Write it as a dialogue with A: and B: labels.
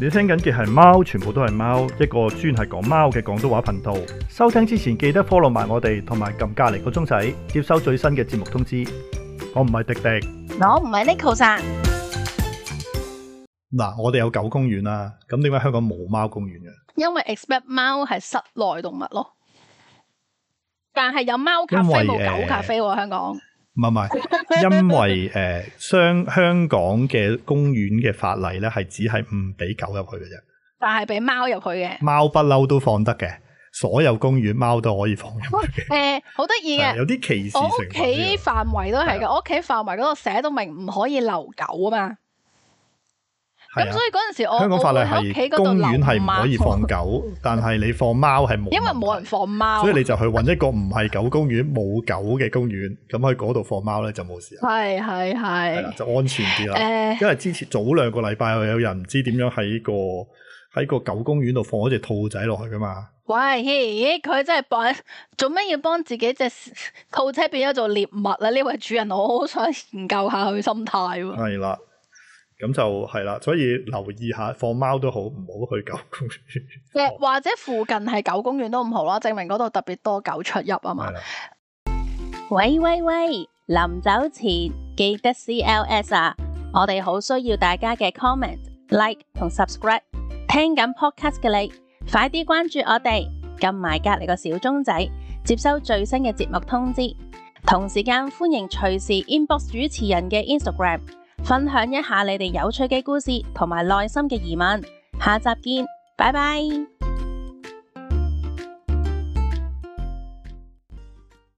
A: 你聽緊嘅係貓，全部都係貓，一個專係講貓嘅廣東話頻道。收聽之前記得 follow 埋我哋，同埋撳隔離個鐘仔，接收最新嘅節目通知。我唔係迪迪。
B: 我唔係 Neko 咋，
A: 嗱，我哋有狗公園啦，咁點解香港冇貓公園啊嘅？
B: 因為 expect 貓係室內動物咯。但係有貓咖啡
A: 因為
B: 冇
A: 誒
B: 狗咖啡喎，香港
A: 唔係唔 係，因為誒、呃、香香港嘅公園嘅法例咧，係只係唔俾狗入去嘅啫，
B: 但係俾貓入去 嘅。
A: 貓不嬲都放得嘅，所有公園貓都可以放入去嘅，
B: 诶、好得意
A: 係
B: 嘅，
A: 有啲歧視
B: 啊我
A: 性
B: 屋
A: 喎。呢
B: 企
A: 個
B: 範圍都係
A: 係
B: 嘅，我屋企範圍嗰度寫到明唔可以留狗啊嘛。
A: 係
B: 咁
A: 啊
B: 所以嗰陣時我
A: 香港法例
B: 哦我會喺屋企
A: 係
B: 嗰度
A: 公
B: 留
A: 園係唔可以
B: 貓
A: 放 狗，但係你放貓係冇問題，
B: 因為冇人啊放貓
A: 所。以你就去揾一個唔係狗公園、冇狗嘅公園，咁去嗰度放貓咧就冇事啦，
B: 係係
A: 係啦
B: 係，
A: 就安全啲啦。
B: 诶，
A: 因為之前早兩個禮拜有人唔知點樣喺個喺個狗公園度放咗只兔仔落去噶嘛，
B: 喂，咦咦佢真係幫做咩要幫自己隻 兔仔變咗做獵物啊？呢位主人，我好想研究下佢心態喎。
A: 係啦，咁就係啦，所以留意下放貓都好，唔好去狗公園。
B: 誒或者附近係狗公園都唔好啦，證明嗰度特別多狗出入啊嘛
A: 係。啦，
C: 喂喂喂！臨走前記得 CLS 啊！我哋好需要大家嘅 comment、like 同 subscribe。聽緊 podcast 嘅你，快啲關注我哋，撳埋隔離個小鐘仔，接收最新嘅節目通知。同時間歡迎隨時 inbox 主持人嘅 Instagram，分享一下你哋有趣嘅故事同埋內心嘅疑問。下集見，拜拜！